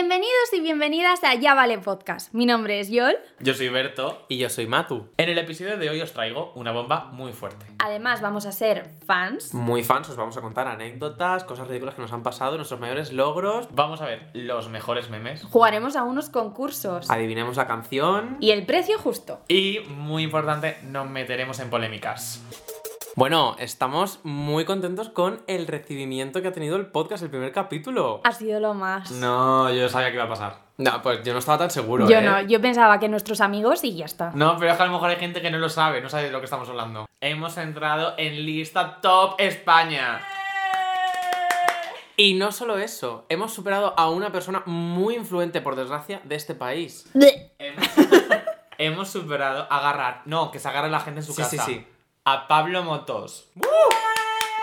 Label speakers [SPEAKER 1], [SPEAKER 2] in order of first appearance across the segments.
[SPEAKER 1] Bienvenidos y bienvenidas a Ya Vale Podcast. Mi nombre es Yol.
[SPEAKER 2] Yo soy Berto.
[SPEAKER 3] Y yo soy Matu.
[SPEAKER 2] En el episodio de hoy os traigo una bomba muy fuerte.
[SPEAKER 1] Además, vamos a ser fans.
[SPEAKER 3] Muy fans, os vamos a contar anécdotas, cosas ridículas que nos han pasado, nuestros mayores logros.
[SPEAKER 2] Vamos a ver los mejores memes.
[SPEAKER 1] Jugaremos a unos concursos.
[SPEAKER 3] Adivinemos la canción.
[SPEAKER 1] Y el precio justo.
[SPEAKER 2] Y, muy importante, nos meteremos en polémicas.
[SPEAKER 3] Bueno, estamos muy contentos con el recibimiento que ha tenido el podcast, el primer capítulo.
[SPEAKER 1] Ha sido lo más.
[SPEAKER 2] No, yo sabía que iba a pasar.
[SPEAKER 3] No, pues yo no estaba tan seguro.
[SPEAKER 1] yo
[SPEAKER 3] ¿eh?
[SPEAKER 1] no, yo pensaba que nuestros amigos y ya está.
[SPEAKER 2] No, pero es que a lo mejor hay gente que no lo sabe, no sabe de lo que estamos hablando. Hemos entrado en lista Top España.
[SPEAKER 3] Y no solo eso, hemos superado a una persona muy influente, por desgracia, de este país.
[SPEAKER 2] Hemos, hemos superado agarrar. No, que se agarre la gente en su
[SPEAKER 3] Sí,
[SPEAKER 2] casa.
[SPEAKER 3] sí, sí.
[SPEAKER 2] A Pablo Motos.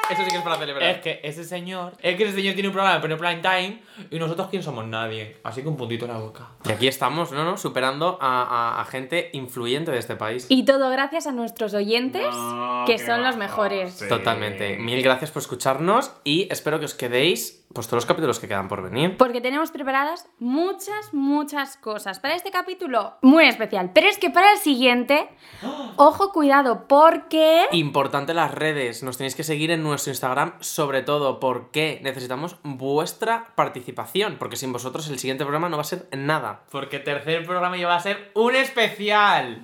[SPEAKER 3] Eso sí que es para celebrar.
[SPEAKER 2] Es que ese señor. Es que ese señor tiene un programa pero prime time. Y nosotros, ¿quién somos? Nadie. Así que un puntito en la boca.
[SPEAKER 3] Y aquí estamos, ¿no? no Superando a, a- a gente influyente de este país.
[SPEAKER 1] Y todo gracias a nuestros oyentes,
[SPEAKER 2] No,
[SPEAKER 1] que
[SPEAKER 2] qué
[SPEAKER 1] son los
[SPEAKER 2] va,
[SPEAKER 1] mejores.
[SPEAKER 2] sí.
[SPEAKER 3] Totalmente. Mil gracias por escucharnos y espero que os quedéis pues todos los capítulos que quedan por venir.
[SPEAKER 1] Porque tenemos preparadas muchas, muchas cosas. Para este capítulo, muy especial. Pero es que para el siguiente, ojo, cuidado, porque...
[SPEAKER 3] Importante las redes, nos tenéis que seguir en nuestro Instagram sobre todo porque necesitamos vuestra participación, porque sin vosotros el siguiente programa no va a ser nada.
[SPEAKER 2] Porque tercer programa ya va a ser un especial.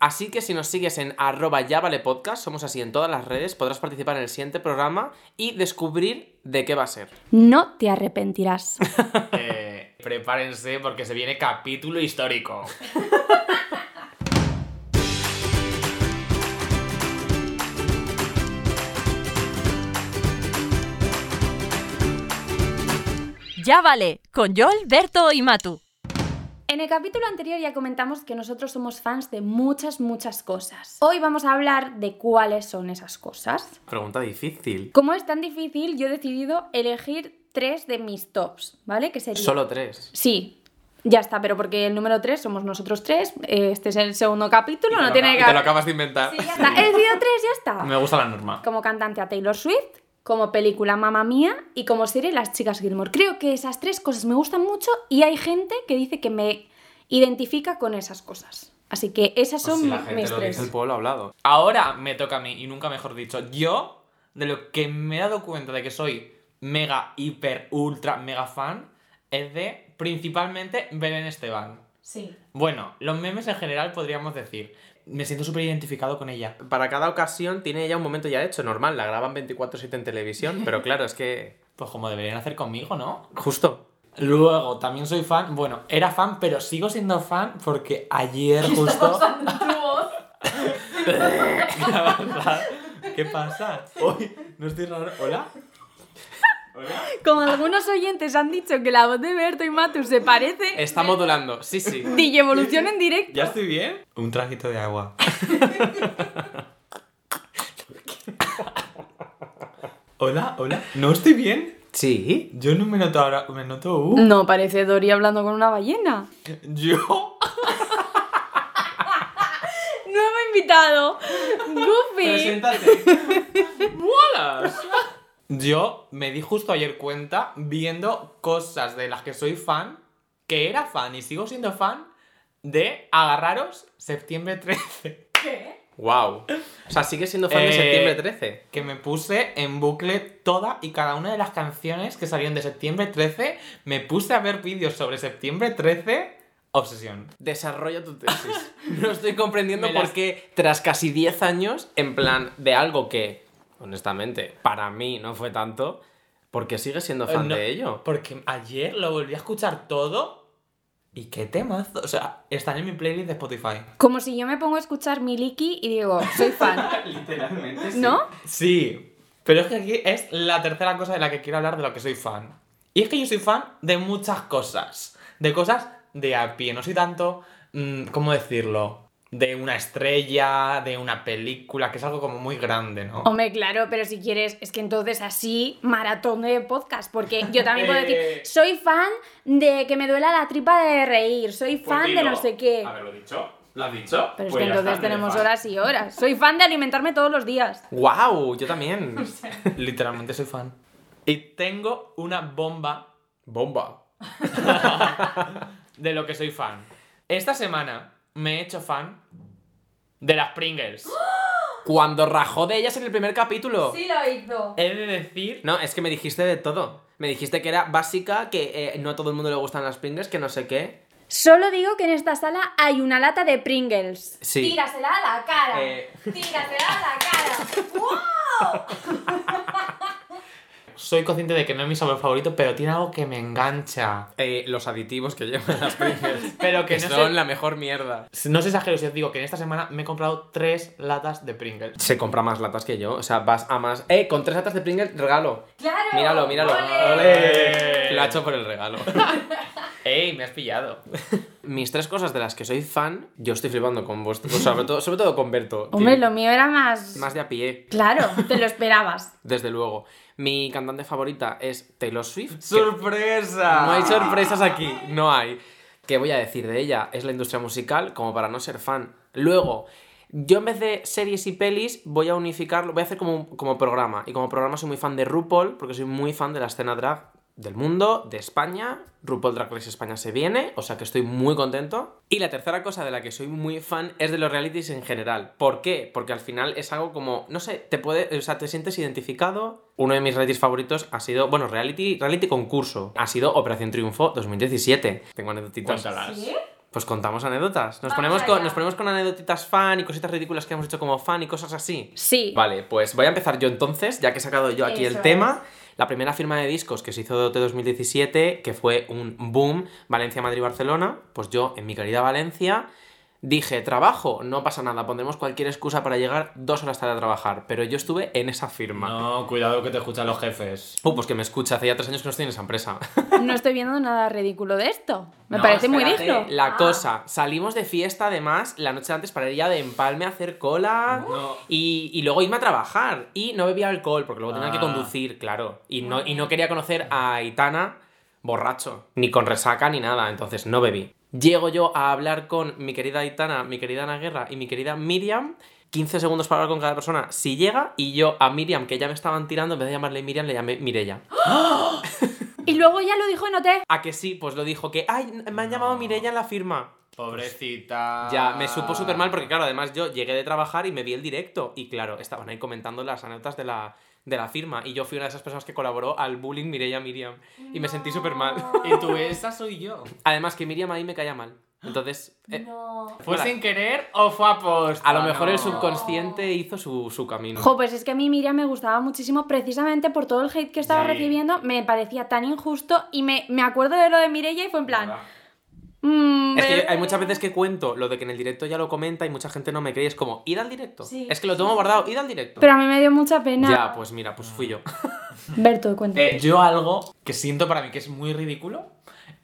[SPEAKER 3] Así que si nos sigues en arroba ya vale podcast, somos así en todas las redes, podrás participar en el siguiente programa y descubrir de qué va a ser.
[SPEAKER 1] No te arrepentirás.
[SPEAKER 2] Eh, prepárense porque se viene capítulo histórico.
[SPEAKER 4] Ya vale, con Joel, Berto y Matu.
[SPEAKER 1] En el capítulo anterior ya comentamos que nosotros somos fans de muchas, muchas cosas. Hoy vamos a hablar de cuáles son esas cosas.
[SPEAKER 3] Pregunta difícil.
[SPEAKER 1] Como es tan difícil, yo he decidido elegir tres de mis tops, ¿vale? Que serían...
[SPEAKER 3] Solo tres.
[SPEAKER 1] Sí, ya está, pero porque el número tres somos nosotros tres, eh, este es el segundo capítulo, no tiene que...
[SPEAKER 3] Te lo acabas de inventar.
[SPEAKER 1] Sí, ya está. He decidido tres, ya está.
[SPEAKER 2] Me gusta la norma.
[SPEAKER 1] Como cantante a Taylor Swift, como película Mamma Mía y como serie Las Chicas Gilmore. Creo que esas tres cosas me gustan mucho y hay gente que dice que me identifica con esas cosas. Así que esas
[SPEAKER 2] Pues
[SPEAKER 1] son
[SPEAKER 2] si la gente
[SPEAKER 1] mis
[SPEAKER 2] lo
[SPEAKER 1] tres.
[SPEAKER 3] El pueblo hablado.
[SPEAKER 2] Ahora me toca a mí, y nunca mejor dicho, yo, de lo que me he dado cuenta de que soy mega, hiper, ultra, mega fan, es de principalmente Belén Esteban.
[SPEAKER 1] Sí.
[SPEAKER 2] Bueno, los memes en general podríamos decir. Me siento súper identificado con ella.
[SPEAKER 3] Para cada ocasión tiene ya un momento ya hecho, normal, la graban 24/7 en televisión, pero claro, es que
[SPEAKER 2] Pues como deberían hacer conmigo, ¿no?
[SPEAKER 3] justo.
[SPEAKER 2] Luego, también soy fan. Bueno, era fan, pero sigo siendo fan porque ayer justo. ¿Qué pasa? Hoy no estoy raro. ¿Hola?
[SPEAKER 1] Como algunos oyentes han dicho que la voz de Berto y Matu se parece,
[SPEAKER 3] Está modulando, sí, sí.
[SPEAKER 1] DJ Evolución en directo.
[SPEAKER 2] ¿Ya estoy bien? Un trajito de agua. ¿Hola? ¿Hola? ¿No estoy bien?
[SPEAKER 3] Sí.
[SPEAKER 2] Yo no me noto ahora. Me noto. uh.
[SPEAKER 1] No, parece Dori hablando con una ballena.
[SPEAKER 2] Yo.
[SPEAKER 1] Nuevo invitado, Goofy.
[SPEAKER 2] ¡Bolas! Yo me di justo ayer cuenta viendo cosas de las que soy fan, que era fan y sigo siendo fan, de Agarraros septiembre 13.
[SPEAKER 3] Wow. O sea, sigue siendo fan de
[SPEAKER 2] Eh,
[SPEAKER 3] septiembre 13.
[SPEAKER 2] Que me puse en bucle toda y cada una de las canciones que salieron de septiembre 13. Me puse a ver vídeos sobre septiembre 13. Obsesión.
[SPEAKER 3] Desarrolla tu tesis. No estoy comprendiendo
[SPEAKER 2] Me
[SPEAKER 3] por
[SPEAKER 2] las-
[SPEAKER 3] qué tras casi 10 años, en plan de algo que, honestamente, para mí no fue tanto, porque sigue siendo fan
[SPEAKER 2] No,
[SPEAKER 3] de ello.
[SPEAKER 2] Porque ayer lo volví a escuchar todo. Y qué temazo. O sea, están en mi playlist de Spotify.
[SPEAKER 1] Como si yo me pongo a escuchar Miliki y digo, soy fan,
[SPEAKER 2] Literalmente.
[SPEAKER 1] ¿no?
[SPEAKER 2] Sí, pero es que aquí es la tercera cosa de la que quiero hablar de lo que soy fan. Y es que yo soy fan de muchas cosas. De cosas de a pie, no soy tanto, mm, ¿cómo decirlo? De una estrella, de una película, que es algo como muy grande, ¿no?
[SPEAKER 1] Hombre, claro, pero si quieres, es que entonces así, maratón de podcast, porque yo también puedo
[SPEAKER 2] Eh.
[SPEAKER 1] decir, soy fan de que me duela la tripa de reír, soy
[SPEAKER 3] Pues
[SPEAKER 1] fan de no sé qué.
[SPEAKER 2] Haberlo dicho, lo has dicho.
[SPEAKER 1] Pero es que entonces tenemos horas y horas. Soy fan de alimentarme todos los días.
[SPEAKER 3] Wow, yo también.
[SPEAKER 2] Literalmente soy fan. Y tengo una bomba
[SPEAKER 3] Bomba.
[SPEAKER 2] de lo que soy fan. Esta semana me he hecho fan de las Pringles.
[SPEAKER 3] Cuando rajó de ellas en el primer capítulo.
[SPEAKER 5] Sí lo hizo.
[SPEAKER 2] He de decir
[SPEAKER 3] No, es que me dijiste de todo. Me dijiste que era básica, que eh, no a todo el mundo le gustan las Pringles, que no sé qué.
[SPEAKER 1] Solo digo que en esta sala hay una lata de Pringles.
[SPEAKER 3] Sí.
[SPEAKER 5] Tírasela a la cara.
[SPEAKER 3] Eh.
[SPEAKER 5] Tírasela a la cara. ¡Wow!
[SPEAKER 2] soy consciente de que no es mi sabor favorito, pero tiene algo que me engancha.
[SPEAKER 3] Eh, los aditivos que llevan las Pringles.
[SPEAKER 2] Pero que
[SPEAKER 3] que
[SPEAKER 2] no
[SPEAKER 3] son
[SPEAKER 2] sé-
[SPEAKER 3] la mejor mierda.
[SPEAKER 2] No se exagero si os digo que en esta semana me he comprado tres latas de Pringles.
[SPEAKER 3] Se compra más latas que yo, o sea, vas a más. ¡Eh! Con tres latas de Pringles, regalo.
[SPEAKER 5] ¡Claro!
[SPEAKER 3] Míralo, míralo.
[SPEAKER 5] ¡Ole!
[SPEAKER 2] ¡Ole!
[SPEAKER 3] Lo ha hecho por el regalo.
[SPEAKER 2] ¡Ey! Me has pillado.
[SPEAKER 3] Mis tres cosas de las que soy fan, yo estoy flipando con vos. sobre, todo, sobre todo con Berto.
[SPEAKER 1] Hombre,
[SPEAKER 3] Tiene-
[SPEAKER 1] lo mío era más...
[SPEAKER 3] Más de a pie,
[SPEAKER 1] Claro, te lo esperabas.
[SPEAKER 3] desde luego. Mi cantante favorita es Taylor Swift. que-
[SPEAKER 2] ¡Sorpresa!
[SPEAKER 3] No hay sorpresas aquí, no hay. ¿Qué voy a decir de ella? Es la industria musical como para no ser fan. Luego, yo en vez de series y pelis voy a unificarlo, voy a hacer como, como programa. Y como programa soy muy fan de RuPaul porque soy muy fan de la escena drag del mundo, de España. RuPaul Drag Race España se viene, o sea que estoy muy contento. Y la tercera cosa de la que soy muy fan es de los realities en general. ¿Por qué? Porque al final es algo como, no sé, te puede, o sea, te sientes identificado. Uno de mis realities favoritos ha sido, bueno, reality, reality concurso, ha sido Operación Triunfo 2017. Tengo anécdotitas.
[SPEAKER 2] Cuéntalas.
[SPEAKER 5] ¿Sí?
[SPEAKER 3] Pues contamos anécdotas. Nos
[SPEAKER 5] Vamos
[SPEAKER 3] ponemos, con,
[SPEAKER 5] allá.
[SPEAKER 3] nos ponemos con anécdotitas fan y cositas ridículas que hemos hecho como fan y cosas así.
[SPEAKER 1] Sí.
[SPEAKER 3] Vale, pues voy a empezar yo entonces, ya que he sacado yo aquí
[SPEAKER 5] Eso
[SPEAKER 3] el tema. La primera firma de discos que se hizo de 2017, que fue un boom, Valencia, Madrid, Barcelona, pues yo, en mi querida Valencia, dije, trabajo, no pasa nada, pondremos cualquier excusa para llegar dos horas tarde a trabajar, pero yo estuve en esa firma.
[SPEAKER 2] No, cuidado que te escuchan los jefes.
[SPEAKER 3] Uh, pues que me escucha, hace ya tres años que no estoy en esa empresa.
[SPEAKER 1] No estoy viendo nada ridículo de esto. Me
[SPEAKER 3] No,
[SPEAKER 1] parece muy
[SPEAKER 3] espérate,
[SPEAKER 1] digno.
[SPEAKER 3] La cosa, salimos de fiesta además la noche antes para ir ya de empalme a hacer cola
[SPEAKER 2] No.
[SPEAKER 3] y, y luego irme a trabajar. Y no bebía alcohol porque luego tenía
[SPEAKER 2] Ah.
[SPEAKER 3] que conducir, claro. Y no, y no quería conocer a Aitana borracho, ni con resaca ni nada, entonces no bebí. Llego yo a hablar con mi querida Aitana, mi querida Ana Guerra y mi querida Miriam. 15 segundos para hablar con cada persona si llega y yo a Miriam, que ya me estaban tirando, en vez de llamarle Miriam, le llamé Mirella.
[SPEAKER 1] Y luego ya lo dijo en OT.
[SPEAKER 3] A que sí, pues lo dijo que, ay, me han llamado Mirella en la firma.
[SPEAKER 2] Pobrecita.
[SPEAKER 3] Ya, me supo súper mal porque, claro, además yo llegué de trabajar y me vi el directo. Y claro, estaban ahí comentando las anécdotas de la, de la firma. Y yo fui una de esas personas que colaboró al bullying Mireia Miriam. Y me sentí súper mal.
[SPEAKER 2] Y tú, esa soy yo.
[SPEAKER 3] Además, que Miriam ahí me caía mal. Entonces, eh,
[SPEAKER 5] No.
[SPEAKER 2] ¿Fue
[SPEAKER 3] Hola.
[SPEAKER 2] sin querer o fue a posta?
[SPEAKER 3] a lo mejor
[SPEAKER 2] No.
[SPEAKER 3] el subconsciente hizo su, su camino.
[SPEAKER 1] Jo, pues es que a mí Miriam me gustaba muchísimo precisamente por todo el hate que estaba
[SPEAKER 2] Sí.
[SPEAKER 1] recibiendo. Me parecía tan injusto y me, me acuerdo de lo de Mireia y fue en plan... mm,
[SPEAKER 3] Es que
[SPEAKER 1] eh,
[SPEAKER 3] hay muchas veces que cuento lo de que en el directo ya lo comenta y mucha gente no me cree. Es como, id al directo.
[SPEAKER 5] Sí.
[SPEAKER 3] Es que lo tengo guardado, id al directo.
[SPEAKER 1] Pero a mí me dio mucha pena.
[SPEAKER 3] Ya, pues mira, pues fui yo.
[SPEAKER 1] Berto, cuéntame.
[SPEAKER 2] Eh, yo algo que siento para mí que es muy ridículo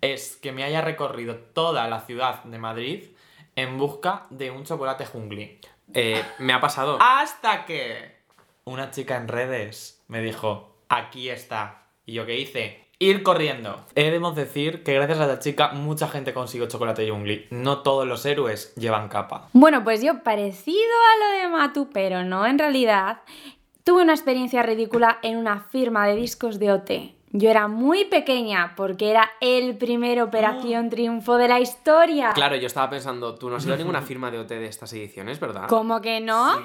[SPEAKER 2] es que me haya recorrido toda la ciudad de Madrid en busca de un chocolate jungli.
[SPEAKER 3] Eh, me ha
[SPEAKER 5] Ah,
[SPEAKER 3] pasado.
[SPEAKER 2] Hasta que una chica en redes me dijo, aquí está. ¿Y yo qué hice? Ir corriendo. Debemos decir que gracias a la chica mucha gente consiguió chocolate jungli. No todos los héroes llevan capa.
[SPEAKER 1] Bueno, pues yo parecido a lo de Matu, pero no en realidad, tuve una experiencia ridícula en una firma de discos de OT. Yo era muy pequeña porque era el primer Operación Triunfo de la historia.
[SPEAKER 3] Ah. Claro, yo estaba pensando, tú no has ido a ninguna firma de OT de estas ediciones, ¿verdad?
[SPEAKER 1] ¿Cómo que
[SPEAKER 2] ¿Ah?
[SPEAKER 1] no?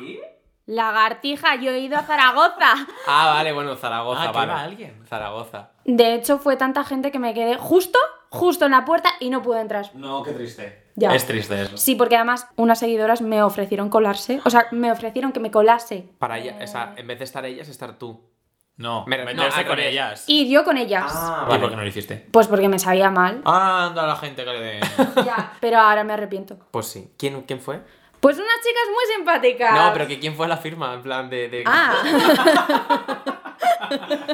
[SPEAKER 1] Lagartija, yo he ido a Zaragoza.
[SPEAKER 3] Ah, vale, bueno, Zaragoza,
[SPEAKER 2] Ah, que
[SPEAKER 3] vale.
[SPEAKER 2] va alguien.
[SPEAKER 3] Zaragoza.
[SPEAKER 1] De hecho, fue tanta gente que me quedé justo, justo en la puerta y no pude entrar.
[SPEAKER 2] No, qué triste.
[SPEAKER 1] Ya.
[SPEAKER 2] Es triste eso.
[SPEAKER 1] Sí, porque además unas seguidoras me ofrecieron colarse, o sea, me ofrecieron que me colase.
[SPEAKER 3] Para ella, o sea, en vez de estar ellas, estar tú.
[SPEAKER 2] No,
[SPEAKER 3] Me- no,
[SPEAKER 2] meterse
[SPEAKER 3] al
[SPEAKER 2] con
[SPEAKER 3] revés.
[SPEAKER 2] ellas.
[SPEAKER 1] Y yo con ellas.
[SPEAKER 3] Ah,
[SPEAKER 2] ¿Y por qué no lo hiciste?
[SPEAKER 1] Pues porque me sabía mal.
[SPEAKER 2] Anda la gente que le den.
[SPEAKER 5] Ya.
[SPEAKER 1] Pero ahora me arrepiento.
[SPEAKER 3] Pues sí. ¿Quién, quién fue?
[SPEAKER 1] Pues unas chicas muy simpáticas.
[SPEAKER 3] No, pero que quién fue a la firma, en plan de. de-
[SPEAKER 1] Ah.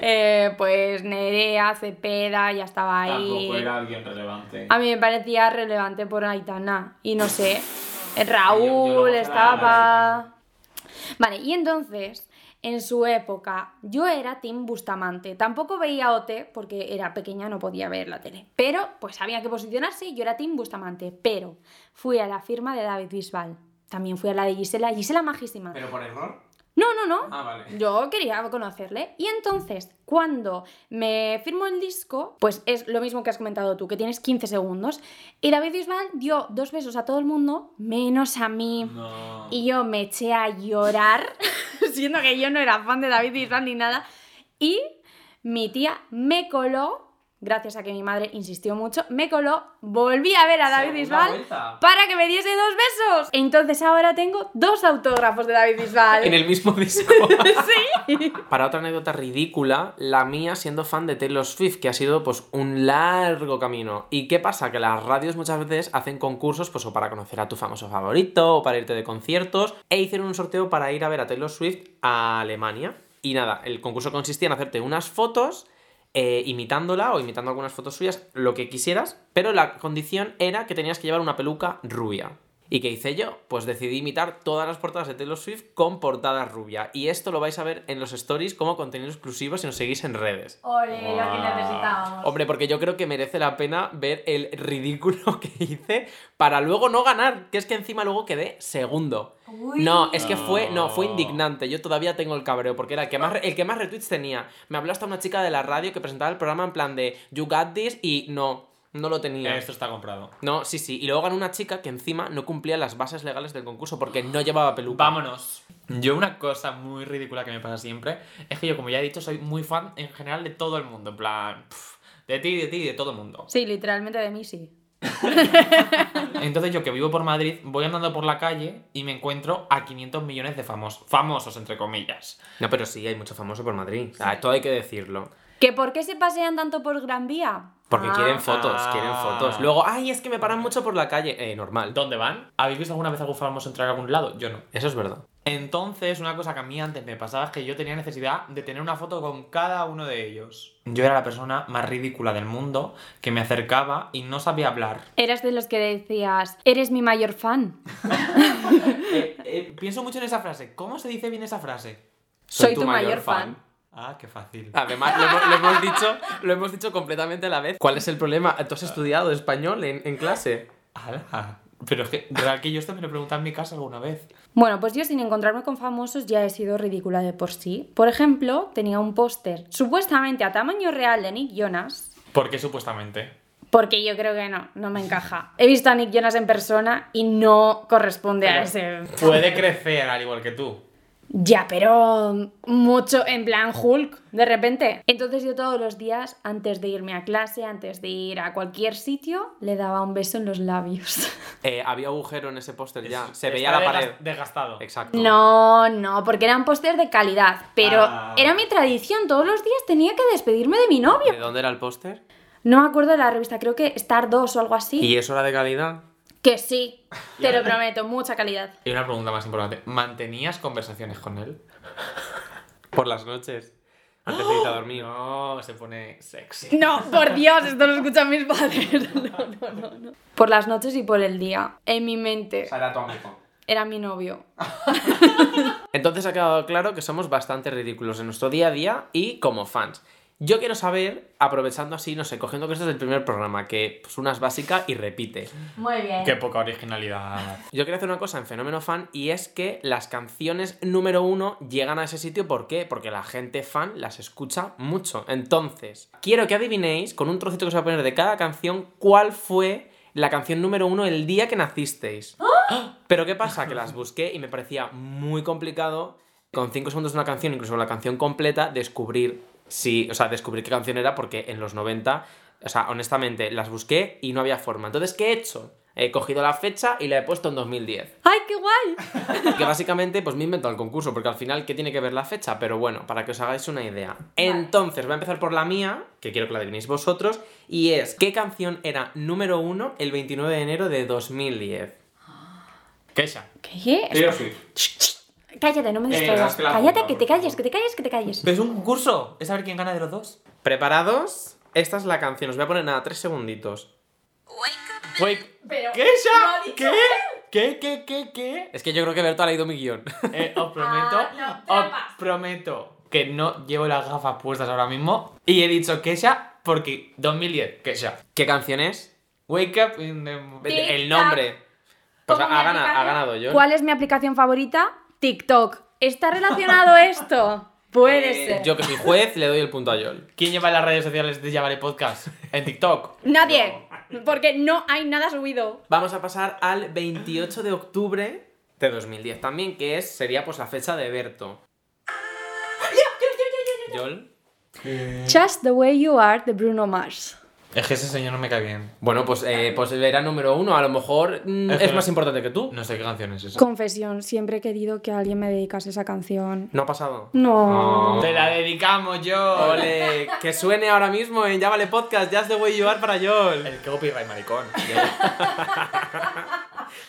[SPEAKER 1] Eh, pues Nerea, Cepeda, ya estaba ahí.
[SPEAKER 2] alguien relevante.
[SPEAKER 1] A mí me parecía relevante por Aitana. Y no sé.
[SPEAKER 2] Yo- yo
[SPEAKER 1] Raúl
[SPEAKER 2] no jugaba a
[SPEAKER 1] estaba. Vale, y entonces, en su época, yo era Tim Bustamante. Tampoco veía OT porque era pequeña, no podía ver la tele. Pero, pues había que posicionarse y yo era Tim Bustamante. Pero fui a la firma de David Bisbal. También fui a la de Gisela. Gisela majísima.
[SPEAKER 3] por error?
[SPEAKER 1] No, no, no.
[SPEAKER 3] Ah, vale.
[SPEAKER 1] Yo quería conocerle. Y entonces, cuando me firmo el disco, pues es lo mismo que has comentado tú, que tienes 15 segundos. Y David Bisbal dio dos besos a todo el mundo, menos a mí.
[SPEAKER 3] No.
[SPEAKER 1] Y yo me eché a llorar, siendo que yo no era fan de David Bisbal ni nada. Y mi tía me coló, gracias a que mi madre insistió mucho, me coló, volví a ver a David
[SPEAKER 3] Segunda
[SPEAKER 1] Bisbal
[SPEAKER 3] vuelta.
[SPEAKER 1] para que me diese dos besos. Entonces ahora tengo dos autógrafos de David Bisbal.
[SPEAKER 3] En el mismo disco.
[SPEAKER 1] Sí.
[SPEAKER 3] Para otra anécdota ridícula, la mía siendo fan de Taylor Swift, que ha sido pues un largo camino. ¿Y qué pasa? Que las radios muchas veces hacen concursos pues o para conocer a tu famoso favorito o para irte de conciertos. E hicieron un sorteo para ir a ver a Taylor Swift a Alemania. Y nada, el concurso consistía en hacerte unas fotos eh, imitándola o imitando algunas fotos suyas, lo que quisieras, pero la condición era que tenías que llevar una peluca rubia. ¿Y qué hice yo? Pues decidí imitar todas las portadas de Taylor Swift con portada rubia. Y esto lo vais a ver en los stories como contenido exclusivo si nos seguís en redes.
[SPEAKER 5] Ole, lo que necesitábamos.
[SPEAKER 3] Hombre, porque yo creo que merece la pena ver el ridículo que hice para luego no ganar, que es que encima luego quedé segundo.
[SPEAKER 5] Uy.
[SPEAKER 3] No, es que fue, no, fue
[SPEAKER 2] No.
[SPEAKER 3] indignante. Yo todavía tengo el cabreo porque era el que más, el que más retweets tenía. Me habló hasta una chica de la radio que presentaba el programa en plan de You got this y no, no lo tenía.
[SPEAKER 2] Esto está comprado.
[SPEAKER 3] No, sí, sí. Y luego ganó una chica que encima no cumplía las bases legales del concurso porque no llevaba peluca.
[SPEAKER 2] Vámonos. Yo una cosa muy ridícula que me pasa siempre es que yo, como ya he dicho, soy muy fan en general de todo el mundo. En plan, pf, de ti, de ti y de todo el mundo.
[SPEAKER 1] Sí, literalmente de mí sí.
[SPEAKER 2] Entonces yo que vivo por Madrid, voy andando por la calle y me encuentro a 500 millones de famosos. Famosos, entre comillas.
[SPEAKER 3] No, pero sí, hay mucho famoso por Madrid. Ah, todo hay que decirlo.
[SPEAKER 1] ¿Que por qué se pasean tanto por Gran Vía?
[SPEAKER 3] Porque
[SPEAKER 1] Ah,
[SPEAKER 3] quieren fotos,
[SPEAKER 2] Ah.
[SPEAKER 3] quieren fotos. Luego, ay, es que me paran mucho por la calle. Eh, normal.
[SPEAKER 2] ¿Dónde van? ¿Habéis visto alguna vez algún famoso entrar a algún lado? Yo no.
[SPEAKER 3] Eso es verdad.
[SPEAKER 2] Entonces, una cosa que a mí antes me pasaba es que yo tenía necesidad de tener una foto con cada uno de ellos. Yo era la persona más ridícula del mundo que me acercaba y no sabía hablar.
[SPEAKER 1] Eras de los que decías, eres mi mayor fan.
[SPEAKER 2] Eh, eh, pienso mucho en esa frase. ¿Cómo se dice bien esa frase?
[SPEAKER 1] Soy tu mayor fan.
[SPEAKER 2] Ah, qué fácil.
[SPEAKER 3] Además, lo hemos, lo hemos dicho, lo hemos dicho completamente a la vez. ¿Cuál es el problema? ¿Tú has estudiado español en, en clase?
[SPEAKER 2] Ala. Pero es que, real que yo esto me lo pregunté en mi casa alguna vez.
[SPEAKER 1] Bueno, pues yo sin encontrarme con famosos ya he sido ridícula de por sí. Por ejemplo, tenía un póster supuestamente a tamaño real de Nick Jonas,
[SPEAKER 2] ¿Por qué supuestamente?
[SPEAKER 1] porque yo creo que no, no me encaja. He visto a Nick Jonas en persona y no corresponde a
[SPEAKER 2] Pero-
[SPEAKER 1] ese...
[SPEAKER 2] Puede crecer al igual que tú.
[SPEAKER 1] Ya, pero mucho en plan Hulk, de repente. Entonces yo todos los días, antes de irme a clase, antes de ir a cualquier sitio, le daba un beso en los labios.
[SPEAKER 3] Eh, había agujero en ese póster ya. Se
[SPEAKER 2] Está
[SPEAKER 3] veía la pared.
[SPEAKER 2] desgas- Desgastado.
[SPEAKER 3] Exacto.
[SPEAKER 1] No, no, porque eran pósters de calidad, pero
[SPEAKER 2] Ah.
[SPEAKER 1] era mi tradición, todos los días tenía que despedirme de mi novio.
[SPEAKER 3] ¿De dónde era el póster?
[SPEAKER 1] No me acuerdo de la revista, creo que Star 2 o algo así.
[SPEAKER 3] ¿Y eso era de calidad?
[SPEAKER 1] Que sí, te lo prometo, mucha calidad.
[SPEAKER 2] Y una pregunta más importante. ¿Mantenías conversaciones con él?
[SPEAKER 3] Por las noches. Antes de irte a dormir.
[SPEAKER 2] No, se pone sexy.
[SPEAKER 1] No, por Dios, esto lo escuchan mis padres. No, no, no, no. Por las noches y por el día, en mi mente,
[SPEAKER 3] Era tu amigo.
[SPEAKER 1] era mi novio.
[SPEAKER 3] Entonces ha quedado claro que somos bastante ridículos en nuestro día a día y como fans. Yo quiero saber, aprovechando así, no sé, cogiendo que esto es el primer programa, que pues una es básica y repite.
[SPEAKER 5] Muy bien.
[SPEAKER 2] Qué poca originalidad.
[SPEAKER 3] Yo quería hacer una cosa en Fenómeno Fan y es que las canciones número uno llegan a ese sitio. ¿Por qué? Porque la gente fan las escucha mucho. Entonces, quiero que adivinéis, con un trocito que os voy a poner de cada canción, cuál fue la canción número uno el día que nacisteis. Pero ¿qué pasa? Que las busqué y me parecía muy complicado, con 5 segundos de una canción, incluso la canción completa, descubrir si, o sea, descubrir qué canción era, porque en los 90, o sea, honestamente, las busqué y no había forma. Entonces, ¿qué he hecho? He cogido la fecha y la he puesto en 2010.
[SPEAKER 1] ¡Ay, qué guay!
[SPEAKER 3] Que básicamente, pues me he inventado el concurso, porque al final, ¿qué tiene que ver la fecha? Pero bueno, para que os hagáis una idea. Entonces, voy a empezar por la mía, que quiero que la adivinéis vosotros, y es, ¿qué canción era número uno el 29 de enero de 2010?
[SPEAKER 2] Keisha.
[SPEAKER 1] ¿Qué? Cállate, no me
[SPEAKER 2] Eh,
[SPEAKER 1] distraigas.
[SPEAKER 2] hazla,
[SPEAKER 1] Cállate,
[SPEAKER 2] por
[SPEAKER 1] que te
[SPEAKER 2] favor.
[SPEAKER 1] calles, que te calles, que te calles.
[SPEAKER 2] ¿Pero es un concurso? ¿Es saber quién gana de los dos?
[SPEAKER 3] ¿Preparados? Esta es la canción, os voy a poner nada, tres segunditos.
[SPEAKER 2] Wait.
[SPEAKER 5] Pero, ¿no ha
[SPEAKER 2] ¿Keisha?
[SPEAKER 5] dicho
[SPEAKER 2] ¿Qué? ¿Qué, qué, qué, qué?
[SPEAKER 3] Es que yo creo que Berto ha leído mi guión.
[SPEAKER 2] Eh, os prometo,
[SPEAKER 5] no,
[SPEAKER 2] os
[SPEAKER 5] trampas.
[SPEAKER 2] prometo que no llevo las gafas puestas ahora mismo. Y he dicho Keisha porque 2010, Keisha.
[SPEAKER 3] ¿Qué canción es?
[SPEAKER 2] Wake up in the morning.
[SPEAKER 3] El- El
[SPEAKER 5] Tic-tac.
[SPEAKER 3] nombre. Pues ha,
[SPEAKER 5] Como mi
[SPEAKER 3] ha gana- ha
[SPEAKER 5] aplicación.
[SPEAKER 3] ganado yo.
[SPEAKER 1] ¿Cuál es mi aplicación favorita? TikTok. ¿Está relacionado esto? Puede
[SPEAKER 3] Eh,
[SPEAKER 1] ser.
[SPEAKER 3] Yo que soy juez le doy el punto a Yol.
[SPEAKER 2] ¿Quién lleva las redes sociales de Yavale Podcast? En TikTok.
[SPEAKER 1] Nadie, porque no hay nada subido.
[SPEAKER 3] Vamos a pasar al 28 de octubre de 2010 también, que es, sería pues la fecha de Berto. Yol.
[SPEAKER 1] Just the way you are de Bruno Mars.
[SPEAKER 2] Es que ese señor no me cae bien.
[SPEAKER 3] Bueno, pues, eh, pues era número uno. A lo mejor mm,
[SPEAKER 2] Es que
[SPEAKER 3] es
[SPEAKER 2] no-
[SPEAKER 3] más importante que tú.
[SPEAKER 2] No sé qué canción es esa.
[SPEAKER 1] Confesión, siempre he querido que alguien me dedicase esa canción.
[SPEAKER 3] No ha pasado.
[SPEAKER 1] No.
[SPEAKER 3] Ah,
[SPEAKER 2] Te la dedicamos yo.
[SPEAKER 3] Ole, que suene ahora mismo en Llámale Podcast, Just the Way You Are para Yol.
[SPEAKER 2] El copyright maricón.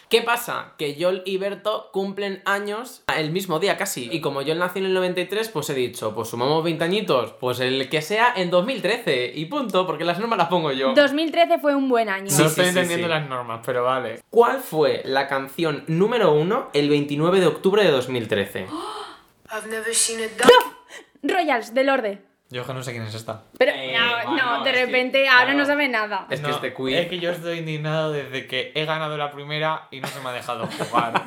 [SPEAKER 3] ¿Qué pasa? Que Yol y Berto cumplen años el mismo día casi. Y como Yol nació en el 93, pues he dicho, pues sumamos 20 añitos, pues el que sea en 2013. Y punto, porque las normas las pongo yo.
[SPEAKER 1] 2013 fue un buen año.
[SPEAKER 3] Sí,
[SPEAKER 2] no
[SPEAKER 3] sí,
[SPEAKER 2] estoy
[SPEAKER 3] sí,
[SPEAKER 2] entendiendo
[SPEAKER 3] sí.
[SPEAKER 2] las normas, pero vale.
[SPEAKER 3] ¿Cuál fue la canción número uno el 29 de octubre de 2013?
[SPEAKER 6] I've never seen a dog.
[SPEAKER 1] Royals, del Lorde.
[SPEAKER 2] Yo es que no sé quién es esta.
[SPEAKER 1] Pero
[SPEAKER 3] Eh,
[SPEAKER 1] no,
[SPEAKER 3] bueno,
[SPEAKER 1] no, de
[SPEAKER 3] es que,
[SPEAKER 1] repente
[SPEAKER 3] claro.
[SPEAKER 1] ahora no sabe nada.
[SPEAKER 3] Es que
[SPEAKER 2] No,
[SPEAKER 3] este quiz...
[SPEAKER 2] Es que yo estoy indignado desde que he ganado la primera y no se me ha dejado jugar.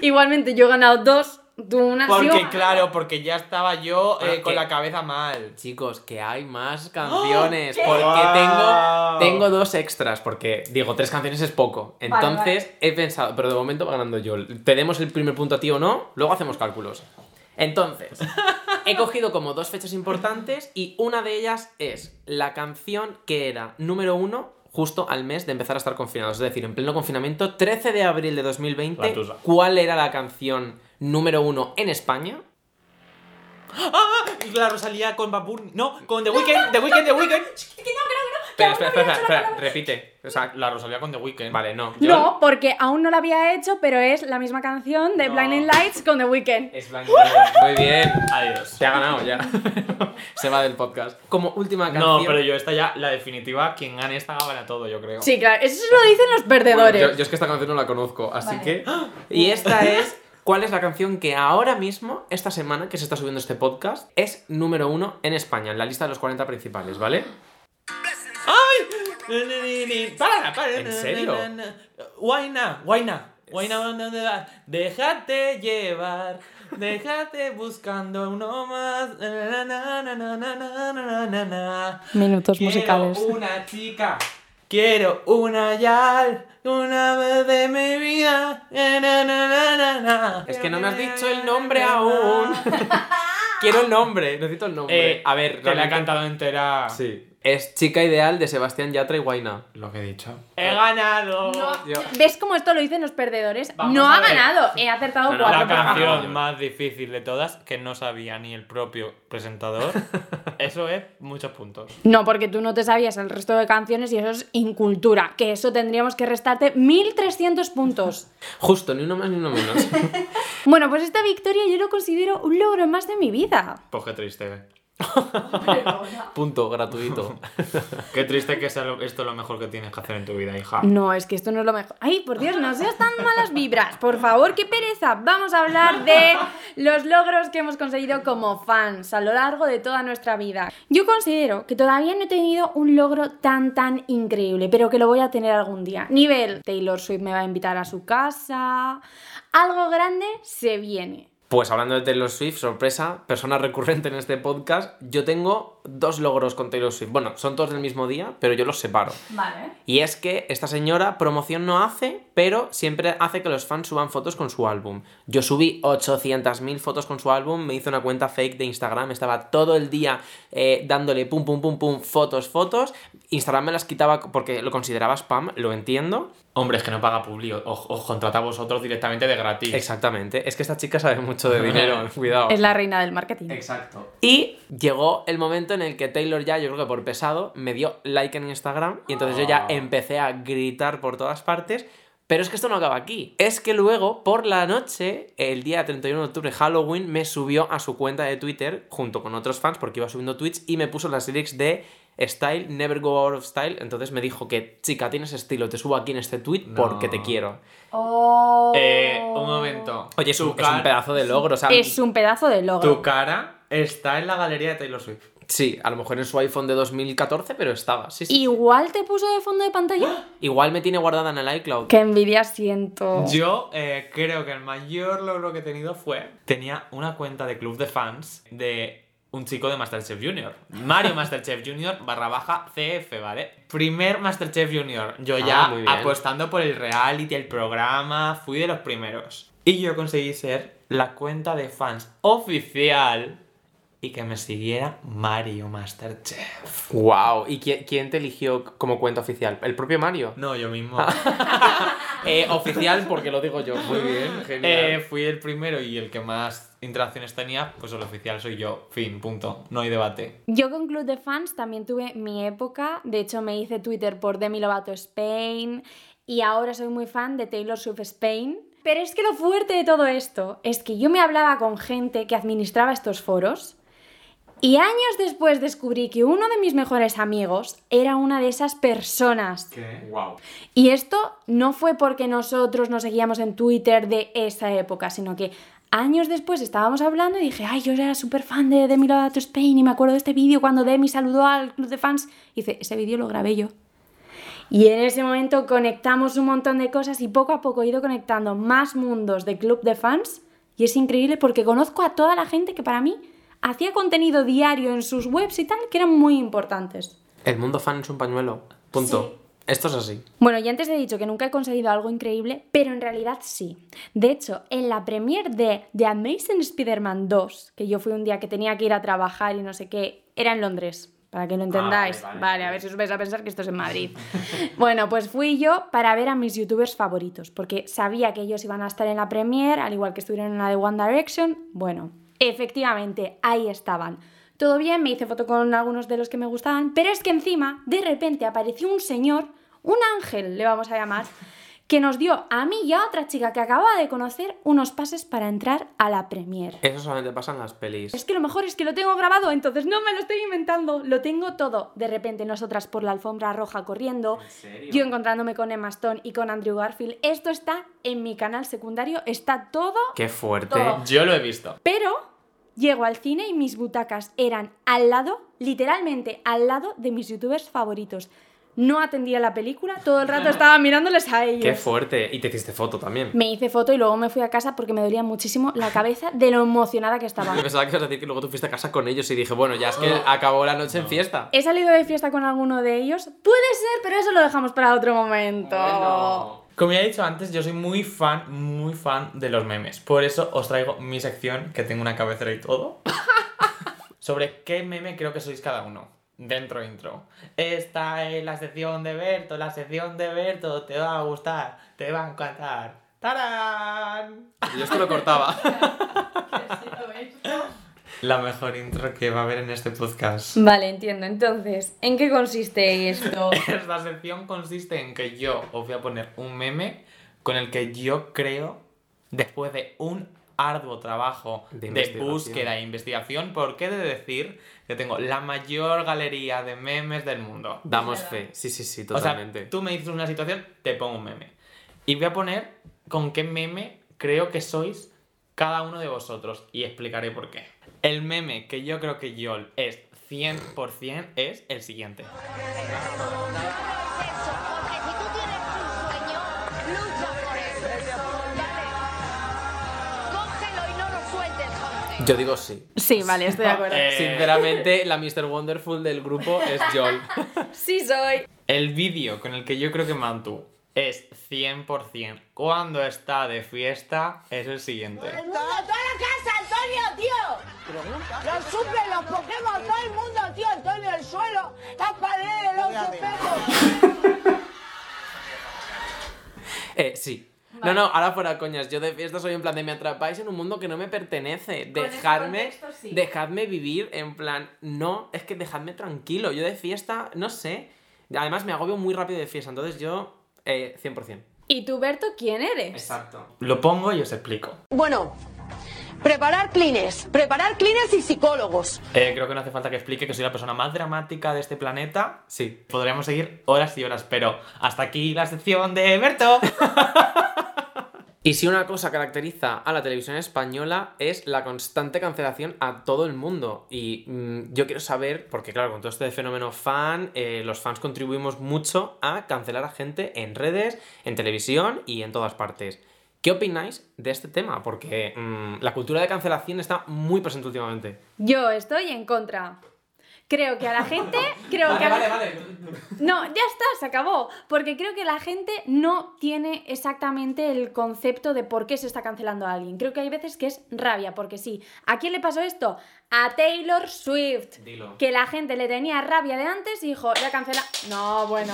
[SPEAKER 1] Igualmente, yo he ganado dos, tú una. sí,
[SPEAKER 2] porque
[SPEAKER 1] una.
[SPEAKER 2] claro, porque ya estaba yo eh,
[SPEAKER 3] Bueno,
[SPEAKER 2] con
[SPEAKER 3] Ah, que-
[SPEAKER 2] la cabeza mal.
[SPEAKER 3] Chicos, que hay más canciones.
[SPEAKER 2] ¡Ah! ¿Qué? Wow.
[SPEAKER 3] Porque tengo, tengo dos extras. Porque digo, tres canciones es poco.
[SPEAKER 5] vale.
[SPEAKER 3] Entonces he pensado, pero de momento va ganando yo. Tenemos el primer punto a ti o no, luego hacemos cálculos. Entonces, he cogido como dos fechas importantes y una de ellas es la canción que era número uno justo al mes de empezar a estar confinados. Es decir, en pleno confinamiento, 13 de abril de 2020,
[SPEAKER 2] La tusa.
[SPEAKER 3] ¿cuál era la canción número uno en España?
[SPEAKER 2] La Rosalía con Babur. No, con The Weeknd, The Weeknd, The Weeknd.
[SPEAKER 3] Espera, espera, espera, espera, repite. O sea,
[SPEAKER 2] La Rosalía con The Weeknd.
[SPEAKER 3] Vale, no.
[SPEAKER 1] No, porque aún no la había hecho, pero es la misma canción de
[SPEAKER 3] No.
[SPEAKER 1] Blinding Lights con The Weeknd.
[SPEAKER 3] Es blanco. Muy bien.
[SPEAKER 2] Adiós.
[SPEAKER 3] Te ha ganado ya. Se va del podcast. Como última canción.
[SPEAKER 2] No, pero yo esta ya, la definitiva, quien gane esta gana todo, yo creo.
[SPEAKER 1] Sí, claro, eso lo dicen los perdedores.
[SPEAKER 3] Bueno, yo, yo es que esta canción no la conozco, así
[SPEAKER 5] Vale.
[SPEAKER 3] que. ¡Ah! Y esta es. ¿Cuál es la canción que ahora mismo, esta semana que se está subiendo este podcast, es número uno en España, en la lista de los 40 principales, ¿vale?
[SPEAKER 2] Para, para.
[SPEAKER 3] ¿En serio?
[SPEAKER 2] Guayna, guayna. Guayna, ¿dónde vas? Déjate llevar. Déjate buscando uno más. Na, na, na, na, na, na, na, na, na.
[SPEAKER 1] Minutos
[SPEAKER 2] Quiero
[SPEAKER 1] musicales.
[SPEAKER 2] una chica. Quiero una yal. Una vez de mi vida. Na, na, na, na, na, na.
[SPEAKER 3] Es que no me has dicho el nombre aún. Quiero el nombre, necesito el nombre.
[SPEAKER 2] Eh, a ver, te la he
[SPEAKER 3] realmente-
[SPEAKER 2] cantado entera.
[SPEAKER 3] Sí. Es Chica Ideal de Sebastián Yatra y Guaina.
[SPEAKER 2] Lo que he dicho. He ganado.
[SPEAKER 3] Yo-
[SPEAKER 1] ¿Ves cómo esto lo dicen los perdedores?
[SPEAKER 2] Vamos
[SPEAKER 1] no
[SPEAKER 2] a
[SPEAKER 1] ha
[SPEAKER 2] ver.
[SPEAKER 1] ganado, he acertado
[SPEAKER 3] No, no,
[SPEAKER 1] cuatro.
[SPEAKER 2] La
[SPEAKER 3] Cuatro para cada
[SPEAKER 2] canción
[SPEAKER 3] uno.
[SPEAKER 2] más difícil de todas, que no sabía ni el propio presentador. Eso es muchos puntos.
[SPEAKER 1] No, porque tú no te sabías el resto de canciones y eso es incultura. Que eso tendríamos que restarte 1300 puntos.
[SPEAKER 3] Justo, ni uno más ni uno menos.
[SPEAKER 1] Bueno, pues esta victoria yo lo considero un logro más de mi vida.
[SPEAKER 2] Pues qué triste.
[SPEAKER 3] Punto, gratuito.
[SPEAKER 2] Qué triste que sea lo- esto lo mejor que tienes que hacer en tu vida, hija.
[SPEAKER 1] No, es que esto no es lo mejor. Ay, por Dios, no seas tan malas vibras. Por favor, qué pereza. Vamos a hablar de los logros que hemos conseguido como fans a lo largo de toda nuestra vida. Yo considero que todavía no he tenido un logro tan, tan increíble, pero que lo voy a tener algún día. Nivel, Taylor Swift me va a invitar a su casa. Algo grande se viene.
[SPEAKER 3] Pues hablando de Taylor Swift, sorpresa, persona recurrente en este podcast, yo tengo dos logros con Taylor Swift. Bueno, son todos del mismo día, pero yo los separo.
[SPEAKER 5] Vale.
[SPEAKER 3] Y es que esta señora promoción no hace, pero siempre hace que los fans suban fotos con su álbum. Yo subí 800.000 fotos con su álbum, me hice una cuenta fake de Instagram, estaba todo el día eh, dándole pum, pum, pum, pum, fotos, fotos. Instagram me las quitaba porque lo consideraba spam, lo entiendo.
[SPEAKER 2] Hombre, es que no paga Publio. Os, os contrata a vosotros directamente de gratis.
[SPEAKER 3] Exactamente, es que esta chica sabe mucho de dinero, cuidado.
[SPEAKER 1] Es la reina del marketing.
[SPEAKER 3] Exacto. Y llegó el momento en el que Taylor ya, yo creo que por pesado, me dio like en Instagram y entonces yo ya
[SPEAKER 2] Ah.
[SPEAKER 3] empecé a gritar por todas partes. Pero es que esto no acaba aquí. Es que luego, por la noche, el día 31 de octubre, Halloween, me subió a su cuenta de Twitter junto con otros fans porque iba subiendo tweets y me puso las lyrics de Style, Never Go Out of Style. Entonces me dijo que, chica, tienes estilo, te subo aquí en este tweet porque te quiero.
[SPEAKER 5] Oh.
[SPEAKER 2] Eh, un momento.
[SPEAKER 3] Oye, es
[SPEAKER 2] Tu
[SPEAKER 3] un, es un
[SPEAKER 2] cara-
[SPEAKER 3] pedazo de logro. O sea,
[SPEAKER 1] Es un pedazo de logro.
[SPEAKER 2] Tu cara está en la galería de Taylor Swift.
[SPEAKER 3] Sí, a lo mejor en su iPhone de 2014, pero estaba, sí, sí.
[SPEAKER 1] Igual te puso de fondo de
[SPEAKER 2] ¡Ah!
[SPEAKER 1] pantalla.
[SPEAKER 3] Igual me tiene guardada en el iCloud.
[SPEAKER 1] Qué envidia siento.
[SPEAKER 2] Yo eh, creo que el mayor logro que he tenido fue. Tenía una cuenta de club de fans de un chico de Masterchef Junior. Mario Masterchef Junior barra baja CF, ¿vale? Primer Masterchef Junior. Yo
[SPEAKER 3] Ah,
[SPEAKER 2] ya
[SPEAKER 3] muy bien.
[SPEAKER 2] apostando por el reality, el programa, fui de los primeros. Y yo conseguí ser la cuenta de fans oficial y que me siguiera Mario Masterchef.
[SPEAKER 3] Wow. ¿Y quién, quién te eligió como cuenta oficial? ¿El propio Mario?
[SPEAKER 2] No, yo mismo.
[SPEAKER 3] Eh, oficial porque lo digo yo. Muy bien,
[SPEAKER 2] Eh, fui el primero y el que más interacciones tenía, pues el oficial soy yo. Fin, punto. No hay debate.
[SPEAKER 1] Yo con Club de Fans también tuve mi época, de hecho me hice Twitter por Demi Lovato Spain y ahora soy muy fan de Taylor Swift Spain. Pero es que lo fuerte de todo esto es que yo me hablaba con gente que administraba estos foros y años después descubrí que uno de mis mejores amigos era una de esas personas.
[SPEAKER 2] ¿Qué?
[SPEAKER 3] Wow.
[SPEAKER 1] Y esto no fue porque nosotros nos seguíamos en Twitter de esa época, sino que años después estábamos hablando y dije, ay, yo era súper fan de Demi Lovato Spain y me acuerdo de este vídeo cuando Demi saludó al club de fans. Y dice, ese vídeo lo grabé yo. Y en ese momento conectamos un montón de cosas y poco a poco he ido conectando más mundos de club de fans. Y es increíble porque conozco a toda la gente que para mí hacía contenido diario en sus webs y tal, que eran muy importantes.
[SPEAKER 3] El mundo fan es un pañuelo. Punto. Esto es así.
[SPEAKER 1] Bueno, ya antes he dicho que nunca he conseguido algo increíble, pero en realidad sí. De hecho, en la premiere de The Amazing Spider-Man 2, que yo fui un día que tenía que ir a trabajar y no sé qué, era en Londres, para que lo entendáis.
[SPEAKER 3] Ah, vale,
[SPEAKER 1] vale,
[SPEAKER 3] vale.
[SPEAKER 1] a ver si os vais a pensar que esto es en Madrid. bueno, pues fui yo para ver a mis youtubers favoritos, porque sabía que ellos iban a estar en la premiere, al igual que estuvieron en la de One Direction. Bueno, efectivamente, ahí estaban. Todo bien, me hice foto con algunos de los que me gustaban, pero es que encima, de repente, apareció un señor, un ángel, le vamos a llamar, que nos dio a mí y a otra chica que acababa de conocer unos pases para entrar a la premiere.
[SPEAKER 3] Eso solamente pasa en las pelis.
[SPEAKER 1] Es que lo mejor es que lo tengo grabado, entonces no me lo estoy inventando, lo tengo todo. De repente nosotras por la alfombra roja corriendo, yo encontrándome con Emma Stone y con Andrew Garfield. Esto está en mi canal secundario, está todo,
[SPEAKER 3] Qué fuerte.
[SPEAKER 1] Todo.
[SPEAKER 2] Yo lo he visto.
[SPEAKER 1] pero llego al cine y mis butacas eran al lado, literalmente al lado de mis youtubers favoritos. No atendía la película, todo el rato estaba mirándoles a ellos.
[SPEAKER 3] Qué fuerte. Y te hiciste foto también.
[SPEAKER 1] Me hice foto y luego me fui a casa porque me dolía muchísimo la cabeza de lo emocionada que estaba.
[SPEAKER 3] Yo pensaba que ibas a decir que luego tú fuiste a casa con ellos y dije, bueno, ya es que acabó la noche en fiesta.
[SPEAKER 1] ¿He salido de fiesta con alguno de ellos? Puede ser, pero eso lo dejamos para otro momento.
[SPEAKER 2] Como ya he dicho antes, yo soy muy fan, muy fan de los memes. Por eso os traigo mi sección, que tengo una cabecera y todo, sobre qué meme creo que sois cada uno. Dentro intro. Esta es la sección de Berto, la sección de Berto, te va a gustar, te va a encantar. ¡Tarán!
[SPEAKER 3] Yo esto lo cortaba.
[SPEAKER 2] La mejor intro que va a haber en este podcast.
[SPEAKER 1] Vale, entiendo. Entonces, ¿en qué consiste esto?
[SPEAKER 2] Esta sección consiste en que yo os voy a poner un meme con el que yo creo, después de un arduo trabajo
[SPEAKER 3] De
[SPEAKER 2] de,
[SPEAKER 3] investigación.
[SPEAKER 2] búsqueda e investigación, porque he de decir que tengo la mayor galería de memes del mundo.
[SPEAKER 3] Damos fe. Sí, sí, sí, totalmente.
[SPEAKER 2] O sea, tú me dices una situación, te pongo un meme. Y voy a poner con qué meme creo que sois cada uno de vosotros y explicaré por qué. El meme que yo creo que yo es 100% es el siguiente.
[SPEAKER 3] Yo digo sí.
[SPEAKER 1] Sí, vale, estoy de acuerdo.
[SPEAKER 2] Eh,
[SPEAKER 3] Sinceramente, la Mr. Wonderful del grupo es Joel.
[SPEAKER 1] Sí, soy.
[SPEAKER 2] El vídeo con el que yo creo que Mantu es 100% cuando está de fiesta es el siguiente.
[SPEAKER 7] ¡Toda la casa, Antonio, tío! Los suples, los Pokémon, todo el mundo, tío. Antonio, el suelo, las paredes, los espejos.
[SPEAKER 3] Eh, sí. No, no, ahora fuera coñas. Yo de fiesta soy en plan de me atrapáis en un mundo que no me pertenece.
[SPEAKER 5] ese
[SPEAKER 3] Dejadme,
[SPEAKER 5] contexto, sí.
[SPEAKER 3] dejadme vivir en plan, no, es que dejadme tranquilo. Yo de fiesta, no sé. Además me agobio muy rápido de fiesta, entonces yo, eh, 100%.
[SPEAKER 1] ¿Y tú, Berto, quién eres?
[SPEAKER 3] Exacto.
[SPEAKER 2] Lo pongo y os explico.
[SPEAKER 7] Bueno, preparar clines, preparar clines y psicólogos.
[SPEAKER 2] Eh, creo que no hace falta que explique que soy la persona más dramática de este planeta.
[SPEAKER 3] Sí.
[SPEAKER 2] Podríamos seguir horas y horas, pero hasta aquí la sección de Berto.
[SPEAKER 3] Y si una cosa caracteriza a la televisión española es la constante cancelación a todo el mundo. Y mm, yo quiero saber, porque claro, con todo este fenómeno fan, eh, los fans contribuimos mucho a cancelar a gente en redes, en televisión y en todas partes. ¿Qué opináis de este tema? Porque mm, la cultura de cancelación está muy presente últimamente.
[SPEAKER 1] Yo estoy en contra. Creo que a la gente. Creo que
[SPEAKER 2] Vale,
[SPEAKER 1] a la-
[SPEAKER 2] vale, vale.
[SPEAKER 1] No, ya está, se acabó. Porque creo que la gente no tiene exactamente el concepto de por qué se está cancelando a alguien. Creo que hay veces que es rabia, porque sí. ¿A quién le pasó esto? A Taylor Swift.
[SPEAKER 3] Dilo.
[SPEAKER 1] Que la gente le tenía rabia de antes y dijo, ya cancela. No, bueno.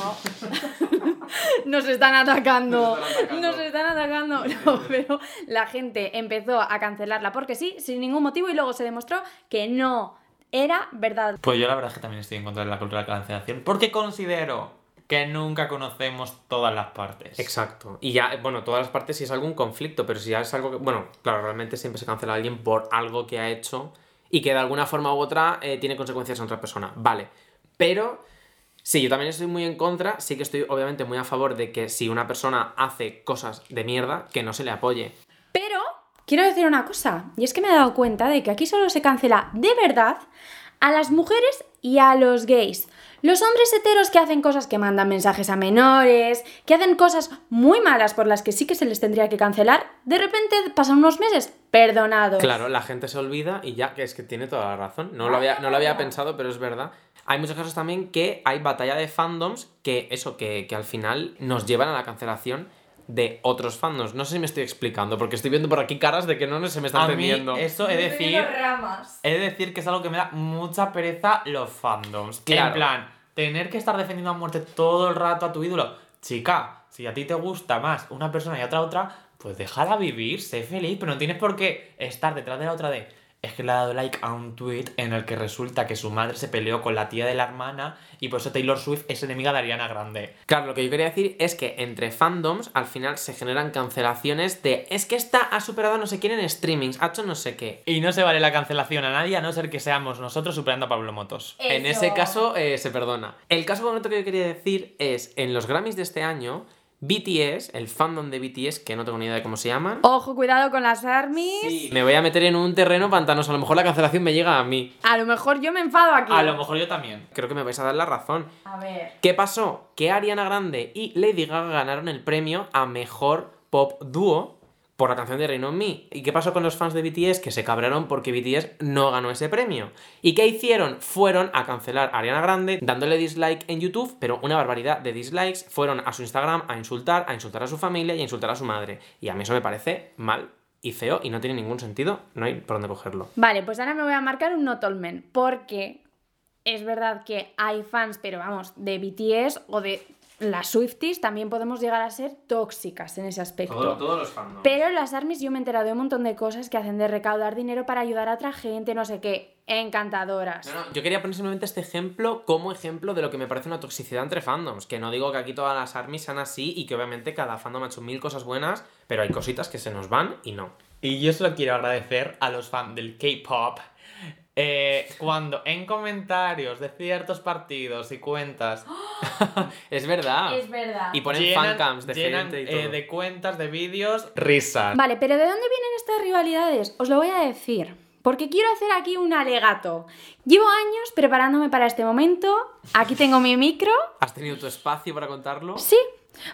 [SPEAKER 1] Nos están atacando. Nos están atacando. No, pero la gente empezó a cancelarla porque sí, sin ningún motivo, y luego se demostró que no. Era verdad.
[SPEAKER 2] Pues yo la verdad es que también estoy en contra de la cultura de la cancelación, porque considero que nunca conocemos todas las partes.
[SPEAKER 3] Exacto. Y ya, eh, bueno, todas las partes si es algún conflicto, pero si ya es algo que, bueno, claro, realmente siempre se cancela a alguien por algo que ha hecho y que de alguna forma u otra eh, tiene consecuencias en otra persona. Vale. Pero, sí, yo también estoy muy en contra, sí que estoy obviamente muy a favor de que si una persona hace cosas de mierda, que no se le apoye.
[SPEAKER 1] Pero quiero decir una cosa, y es que me he dado cuenta de que aquí solo se cancela de verdad a las mujeres y a los gays. Los hombres heteros que hacen cosas que mandan mensajes a menores, que hacen cosas muy malas por las que sí que se les tendría que cancelar, de repente pasan unos meses perdonados.
[SPEAKER 3] Claro, la gente se olvida y ya, que es que tiene toda la razón. No lo había, no lo
[SPEAKER 2] Ah.
[SPEAKER 3] había pensado, pero es verdad. Hay muchos casos también que hay batalla de fandoms que eso, que, que al final nos llevan a la cancelación de otros fandoms. No sé si me estoy explicando, porque estoy viendo por aquí caras de que no se me está
[SPEAKER 2] A mí
[SPEAKER 3] entendiendo.
[SPEAKER 2] eso es decir,
[SPEAKER 5] ramas.
[SPEAKER 2] es decir que es algo que me da mucha pereza los fandoms.
[SPEAKER 3] Claro.
[SPEAKER 2] En plan, tener que estar defendiendo a muerte todo el rato a tu ídolo. Chica, si a ti te gusta más una persona y otra otra, pues déjala vivir, sé feliz, pero no tienes por qué estar detrás de la otra de... Es que le ha dado like a un tweet en el que resulta que su madre se peleó con la tía de la hermana y por eso Taylor Swift es enemiga de Ariana Grande.
[SPEAKER 3] Claro, lo que yo quería decir es que entre fandoms al final se generan cancelaciones de es que esta ha superado no sé quién en streamings, ha hecho no sé qué.
[SPEAKER 2] Y no se vale la cancelación a nadie a no ser que seamos nosotros superando a Pablo Motos.
[SPEAKER 3] En ese caso eh, se perdona. El caso concreto que yo quería decir es, en los Grammys de este año, BTS, el fandom de BTS, que no tengo ni idea de cómo se llaman,
[SPEAKER 1] Ojo, cuidado con las armies.
[SPEAKER 3] me voy a meter en un terreno pantanoso. A lo mejor la cancelación me llega a mí.
[SPEAKER 1] A lo mejor yo me enfado aquí.
[SPEAKER 2] A lo mejor yo también.
[SPEAKER 3] Creo que me vais a dar la razón.
[SPEAKER 5] A ver.
[SPEAKER 3] ¿Qué pasó? Que Ariana Grande y Lady Gaga ganaron el premio a mejor pop dúo por la canción de Rain on Me. ¿Y qué pasó con los fans de BTS? Que se cabraron porque BTS no ganó ese premio. ¿Y qué hicieron? Fueron a cancelar a Ariana Grande dándole dislike en YouTube, pero una barbaridad de dislikes. Fueron a su Instagram a insultar, a insultar a su familia y a insultar a su madre. Y a mí eso me parece mal y feo y no tiene ningún sentido. No hay por dónde cogerlo.
[SPEAKER 1] Vale, pues ahora me voy a marcar un not all men, porque es verdad que hay fans, pero vamos, de BTS o de las Swifties también podemos llegar a ser tóxicas en ese aspecto.
[SPEAKER 3] los fans.
[SPEAKER 1] Pero en las armies yo me he enterado de un montón de cosas que hacen de recaudar dinero para ayudar a otra gente, no sé qué, encantadoras.
[SPEAKER 3] No, no, yo quería poner simplemente este ejemplo como ejemplo de lo que me parece una toxicidad entre fandoms. Que no digo que aquí todas las armies sean así y que obviamente cada fandom ha hecho mil cosas buenas, pero hay cositas que se nos van y no.
[SPEAKER 2] Y yo solo quiero agradecer a los fans del K-pop. eh, cuando en comentarios de ciertos partidos y cuentas
[SPEAKER 3] Es verdad.
[SPEAKER 5] Es verdad.
[SPEAKER 3] Y ponen
[SPEAKER 2] llenan,
[SPEAKER 3] fancams de
[SPEAKER 2] llenan,
[SPEAKER 3] gente y
[SPEAKER 2] eh,
[SPEAKER 3] todo.
[SPEAKER 2] de cuentas de vídeos risas.
[SPEAKER 1] Vale, pero ¿de dónde vienen estas rivalidades? Os lo voy a decir. Porque quiero hacer aquí un alegato. Llevo años preparándome para este momento. Aquí tengo mi micro.
[SPEAKER 3] ¿Has tenido tu espacio para contarlo?
[SPEAKER 1] Sí,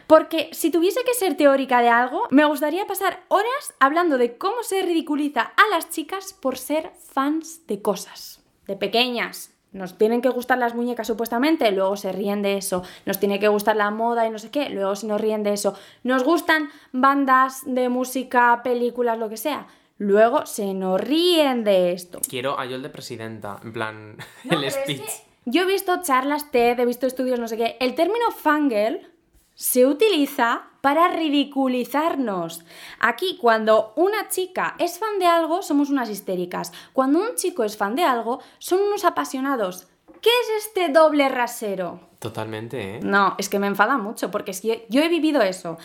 [SPEAKER 1] porque si tuviese que ser teórica de algo, me gustaría pasar horas hablando de cómo se ridiculiza a las chicas por ser fans de cosas, de pequeñas. Nos tienen que gustar las muñecas supuestamente, luego se ríen de eso. Nos tiene que gustar la moda y no sé qué, luego se nos ríen de eso. Nos gustan bandas de música, películas, lo que sea. Luego se nos ríen de esto.
[SPEAKER 3] Quiero a Yol de presidenta, en plan,
[SPEAKER 5] No,
[SPEAKER 3] el
[SPEAKER 5] pero es
[SPEAKER 3] speech.
[SPEAKER 5] que-
[SPEAKER 1] Yo he visto charlas TED, he visto estudios, no sé qué. El término fangirl se utiliza para ridiculizarnos. Aquí, cuando una chica es fan de algo, somos unas histéricas. Cuando un chico es fan de algo, son unos apasionados. ¿Qué es este doble rasero?
[SPEAKER 3] Totalmente, ¿eh?
[SPEAKER 1] No, es que me enfada mucho, porque es que yo he vivido eso.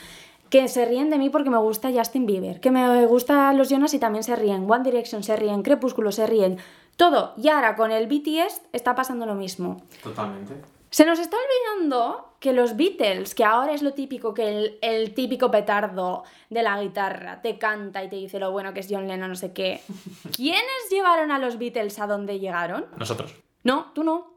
[SPEAKER 1] Que se ríen de mí porque me gusta Justin Bieber, que me gustan los Jonas y también se ríen, One Direction se ríen, Crepúsculo se ríen, todo. Y ahora con el BTS está pasando lo mismo.
[SPEAKER 3] Totalmente.
[SPEAKER 1] Se nos está olvidando que los Beatles, que ahora es lo típico, que el, el típico petardo de la guitarra te canta y te dice lo bueno que es John Lennon, no sé qué. ¿Quiénes llevaron a los Beatles a donde llegaron?
[SPEAKER 2] Nosotros.
[SPEAKER 1] No, tú no.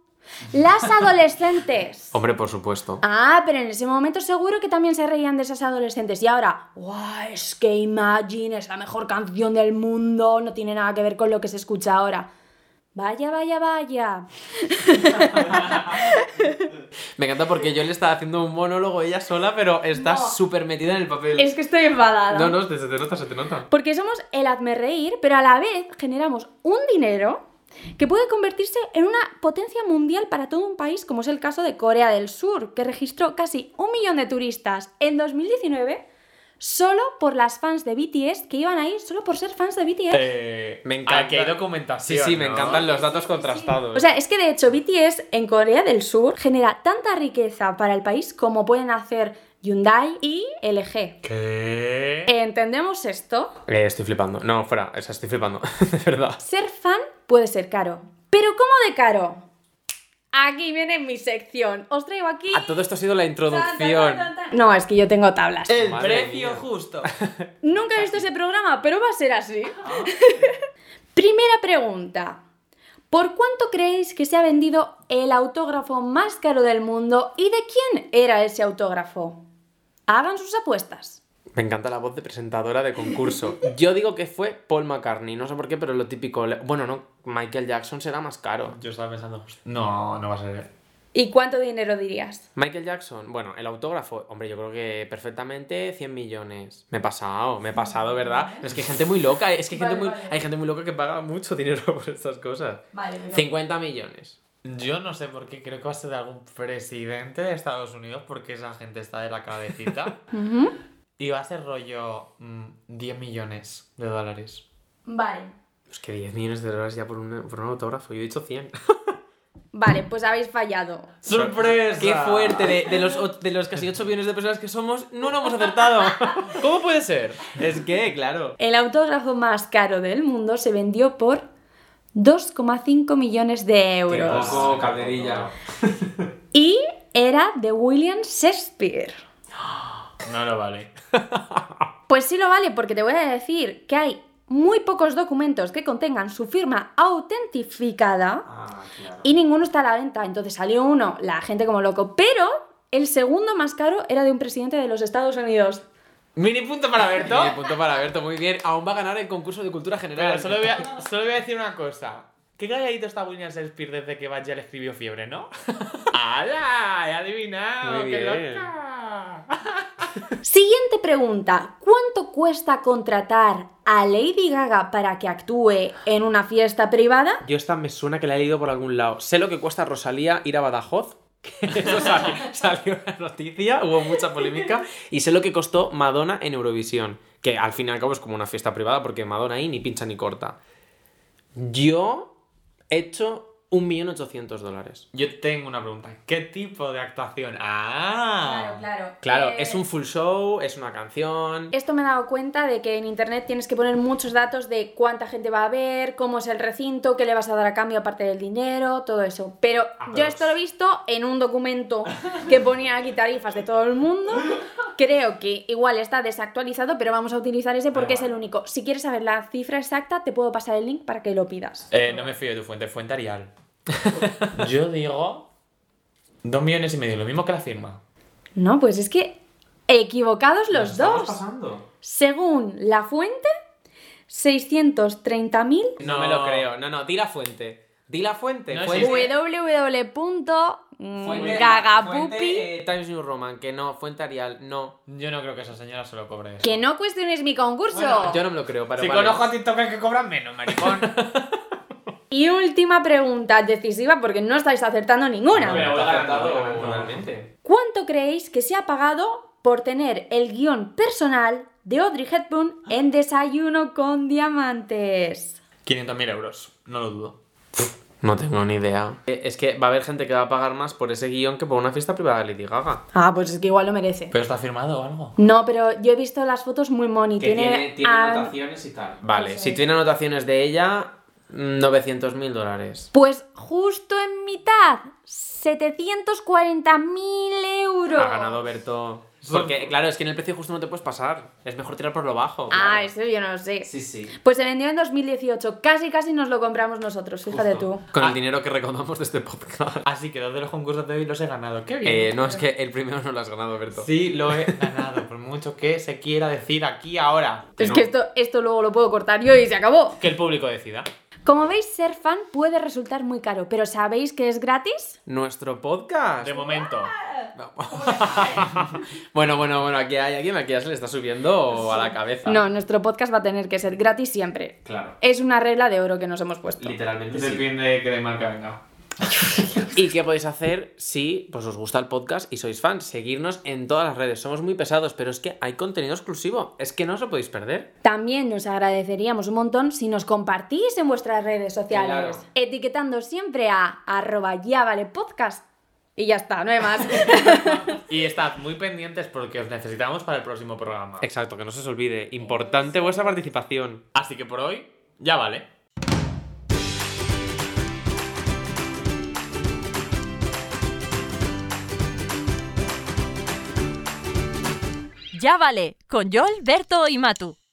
[SPEAKER 1] Las adolescentes.
[SPEAKER 3] Hombre, por supuesto.
[SPEAKER 1] Ah, pero en ese momento seguro que también se reían de esas adolescentes. Y ahora, guau, es que Imagine es la mejor canción del mundo, no tiene nada que ver con lo que se escucha ahora. Vaya, vaya, vaya.
[SPEAKER 3] Me encanta porque yo le estaba haciendo un monólogo ella sola, pero está
[SPEAKER 1] No.
[SPEAKER 3] súper metida en el papel.
[SPEAKER 1] Es que estoy enfadada.
[SPEAKER 3] No, no, se te nota, se te nota.
[SPEAKER 1] Porque somos el hazme reír, pero a la vez generamos un dinero que puede convertirse en una potencia mundial para todo un país, como es el caso de Corea del Sur, que registró casi un millón de turistas en 2019 solo por las fans de BTS que iban ahí solo por ser fans de BTS.
[SPEAKER 2] Eh,
[SPEAKER 3] Me encanta.
[SPEAKER 2] Aquí hay
[SPEAKER 3] Sí,
[SPEAKER 2] documentación.
[SPEAKER 3] sí, me
[SPEAKER 2] ¿no?
[SPEAKER 3] encantan los datos contrastados.
[SPEAKER 1] O sea, es que de hecho BTS en Corea del Sur genera tanta riqueza para el país como pueden hacer Hyundai y LG.
[SPEAKER 2] ¿Qué?
[SPEAKER 1] ¿Entendemos esto?
[SPEAKER 3] Eh, estoy flipando. No, fuera, o sea, estoy flipando, de verdad.
[SPEAKER 1] Ser fan puede ser caro. ¿Pero cómo de caro? Aquí viene mi sección. Os traigo aquí...
[SPEAKER 3] A todo Eh, esto ha sido la
[SPEAKER 1] Tan, tan,
[SPEAKER 3] introducción.
[SPEAKER 1] tan, tan, tan. No, es que yo tengo tablas.
[SPEAKER 2] El
[SPEAKER 3] Madre
[SPEAKER 2] precio
[SPEAKER 3] mía.
[SPEAKER 2] justo.
[SPEAKER 1] Nunca he visto ese programa, pero va a ser así.
[SPEAKER 3] Ah,
[SPEAKER 1] Primera pregunta. ¿Por cuánto creéis que se ha vendido el autógrafo más caro del mundo y de quién era ese autógrafo? Hagan sus apuestas.
[SPEAKER 3] Me encanta la voz de presentadora de concurso. Yo digo que fue Paul McCartney, no sé por qué, pero lo típico. le- Bueno, no, Michael Jackson será más caro.
[SPEAKER 2] Yo estaba pensando. No, no va a ser.
[SPEAKER 1] ¿Y cuánto dinero dirías?
[SPEAKER 3] Michael Jackson, bueno, el autógrafo, hombre, yo creo que perfectamente 100 millones. Me he pasado, me he pasado, ¿verdad? Pero es que hay gente muy loca, es que hay gente,
[SPEAKER 5] Vale,
[SPEAKER 3] muy,
[SPEAKER 5] vale.
[SPEAKER 3] hay gente muy loca que paga mucho dinero por estas cosas.
[SPEAKER 5] Vale, pero-
[SPEAKER 3] 50 millones.
[SPEAKER 2] Yo no sé por qué, creo que va a ser de algún presidente de Estados Unidos, porque esa gente está de la cabecita. y va a ser rollo mm, 10 millones de dólares.
[SPEAKER 1] Vale.
[SPEAKER 3] Es que 10 millones de dólares ya por un, por un autógrafo, yo he dicho 100.
[SPEAKER 1] Vale, pues habéis fallado.
[SPEAKER 2] ¡Sorpresa!
[SPEAKER 3] ¡Qué fuerte! De, de los, o- de los casi 8 millones de personas que somos, no lo hemos acertado.
[SPEAKER 2] ¿Cómo puede ser?
[SPEAKER 3] es que, claro.
[SPEAKER 1] El autógrafo más caro del mundo se vendió por 2,5 millones de euros.
[SPEAKER 3] poco, calderilla.
[SPEAKER 1] Y era de William Shakespeare.
[SPEAKER 2] No lo vale.
[SPEAKER 1] Pues sí lo vale, porque te voy a decir que hay muy pocos documentos que contengan su firma autentificada y ninguno está a la venta. Entonces salió uno, la gente como loco. Pero el segundo más caro era de un presidente de los Estados Unidos.
[SPEAKER 2] Mini punto para Berto.
[SPEAKER 3] Oye, Eh, punto para Berto, muy bien. Aún va a ganar el concurso de cultura general.
[SPEAKER 2] Pero solo voy, a, solo voy a decir una cosa. ¿Qué calladito está William Shakespeare desde que Bach ya le escribió fiebre, no? ¡Hala! He adivinado.
[SPEAKER 3] Muy
[SPEAKER 2] ¡Qué
[SPEAKER 3] bien.
[SPEAKER 2] loca!
[SPEAKER 1] Siguiente pregunta. ¿Cuánto cuesta contratar a Lady Gaga para que actúe en una fiesta privada?
[SPEAKER 3] Yo esta me suena que la he leído por algún lado. Sé lo que cuesta a Rosalía ir a Badajoz. que Eso salió, salió una noticia, hubo mucha polémica. Y sé lo que costó Madonna en Eurovisión. Que al fin y al cabo es como una fiesta privada porque Madonna ahí ni pincha ni corta. Yo he hecho 1.800.000 dólares.
[SPEAKER 2] Yo tengo una pregunta. ¿Qué tipo de actuación?
[SPEAKER 5] Claro,
[SPEAKER 2] ¡Ah!
[SPEAKER 5] claro.
[SPEAKER 3] Claro,
[SPEAKER 5] Eh,
[SPEAKER 3] es un full show, es una canción.
[SPEAKER 1] Esto me he dado cuenta de que en internet tienes que poner muchos datos de cuánta gente va a ver, cómo es el recinto, qué le vas a dar a cambio aparte del dinero, todo eso. Pero
[SPEAKER 3] Ah,
[SPEAKER 1] yo esto lo he visto en un documento que ponía aquí tarifas de todo el mundo. Creo que igual está desactualizado, pero vamos a utilizar ese porque es el único. Si quieres saber la cifra exacta, te puedo pasar el link para que lo pidas.
[SPEAKER 2] Eh, no me fío de tu fuente, fuente Arial. Yo digo. Dos millones y medio, lo mismo que la firma.
[SPEAKER 1] No, pues es que equivocados los dos.
[SPEAKER 3] pasando?
[SPEAKER 1] Según la fuente, 630.000
[SPEAKER 3] No, me lo creo. No, no, di la fuente. Di la fuente.
[SPEAKER 2] No
[SPEAKER 3] fuente.
[SPEAKER 2] existe.
[SPEAKER 1] www.gagapupi.
[SPEAKER 3] Fuente, eh, Times New Roman, que no, fuente Arial, no.
[SPEAKER 2] Yo no creo que esa señora se lo cobre.
[SPEAKER 1] Que no cuestiones mi concurso.
[SPEAKER 3] Yo no me lo creo, pero
[SPEAKER 2] Si
[SPEAKER 3] vale.
[SPEAKER 2] conozco a TikTokers que cobran menos, maricón.
[SPEAKER 1] Y última pregunta decisiva porque no estáis acertando ninguna.
[SPEAKER 2] Bueno. Pero voy ganando, voy ganando,
[SPEAKER 3] totalmente.
[SPEAKER 1] ¿Cuánto creéis que se ha pagado por tener el guión personal de Audrey Hepburn
[SPEAKER 3] Ah.
[SPEAKER 1] en Desayuno con Diamantes?
[SPEAKER 2] 500.000 euros, no lo dudo.
[SPEAKER 3] No tengo ni idea. Eh, Es que va a haber gente que va a pagar más por ese guión que por una fiesta privada de Lady Gaga.
[SPEAKER 1] Ah, pues es que igual lo merece.
[SPEAKER 2] ¿Pero está firmado o algo?
[SPEAKER 1] No, pero yo he visto las fotos muy moni. tiene, ah,
[SPEAKER 3] y tal. Vale, si tiene anotaciones de ella, 900 mil dólares.
[SPEAKER 1] Pues justo en mitad, 740.000 euros.
[SPEAKER 3] Ha ganado Berto. Porque, claro, es que en el precio justo no te puedes pasar. Es mejor tirar por lo bajo.
[SPEAKER 1] Ah, eso yo no lo sé.
[SPEAKER 3] Sí, sí.
[SPEAKER 1] Pues se vendió en 2018, casi casi nos lo compramos nosotros, fíjate tú.
[SPEAKER 3] Con
[SPEAKER 2] Ah.
[SPEAKER 3] el dinero que recaudamos de este podcast.
[SPEAKER 2] Así que dos de los concursos de hoy los he ganado. ¡Qué bien!
[SPEAKER 3] Eh, no, es que el primero no lo has ganado, Berto.
[SPEAKER 2] Sí, lo he ganado, por mucho que se quiera decir aquí ahora.
[SPEAKER 1] es que esto, esto luego lo puedo cortar yo y se acabó.
[SPEAKER 2] Que el público decida.
[SPEAKER 1] Como veis, ser fan puede resultar muy caro, pero ¿sabéis que es gratis?
[SPEAKER 3] Nuestro podcast.
[SPEAKER 2] De momento.
[SPEAKER 3] No. bueno, bueno, bueno, aquí hay alguien aquí ya se le está subiendo a la cabeza.
[SPEAKER 1] No, nuestro podcast va a tener que ser gratis siempre.
[SPEAKER 3] Claro.
[SPEAKER 1] Es una regla de oro que nos hemos puesto.
[SPEAKER 3] Literalmente sí.
[SPEAKER 2] Depende de qué de marca venga.
[SPEAKER 3] ¿Y qué podéis hacer si pues, os gusta el podcast y sois fans? Seguirnos en todas las redes. Somos muy pesados, pero es que hay contenido exclusivo. Es que no os lo podéis perder.
[SPEAKER 1] También nos agradeceríamos un montón si nos compartís en vuestras redes sociales,
[SPEAKER 3] Claro.
[SPEAKER 1] etiquetando siempre a arroba ya vale podcast. Y ya está, no hay más.
[SPEAKER 2] Y estad muy pendientes porque os necesitamos para el próximo programa.
[SPEAKER 3] Exacto, que no se os olvide. Importante vuestra participación.
[SPEAKER 2] Así que por hoy, ya vale.
[SPEAKER 4] Ya vale, con Joel, Berto y Matu.